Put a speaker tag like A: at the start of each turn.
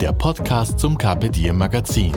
A: Der Podcast zum Carpe Diem Magazin.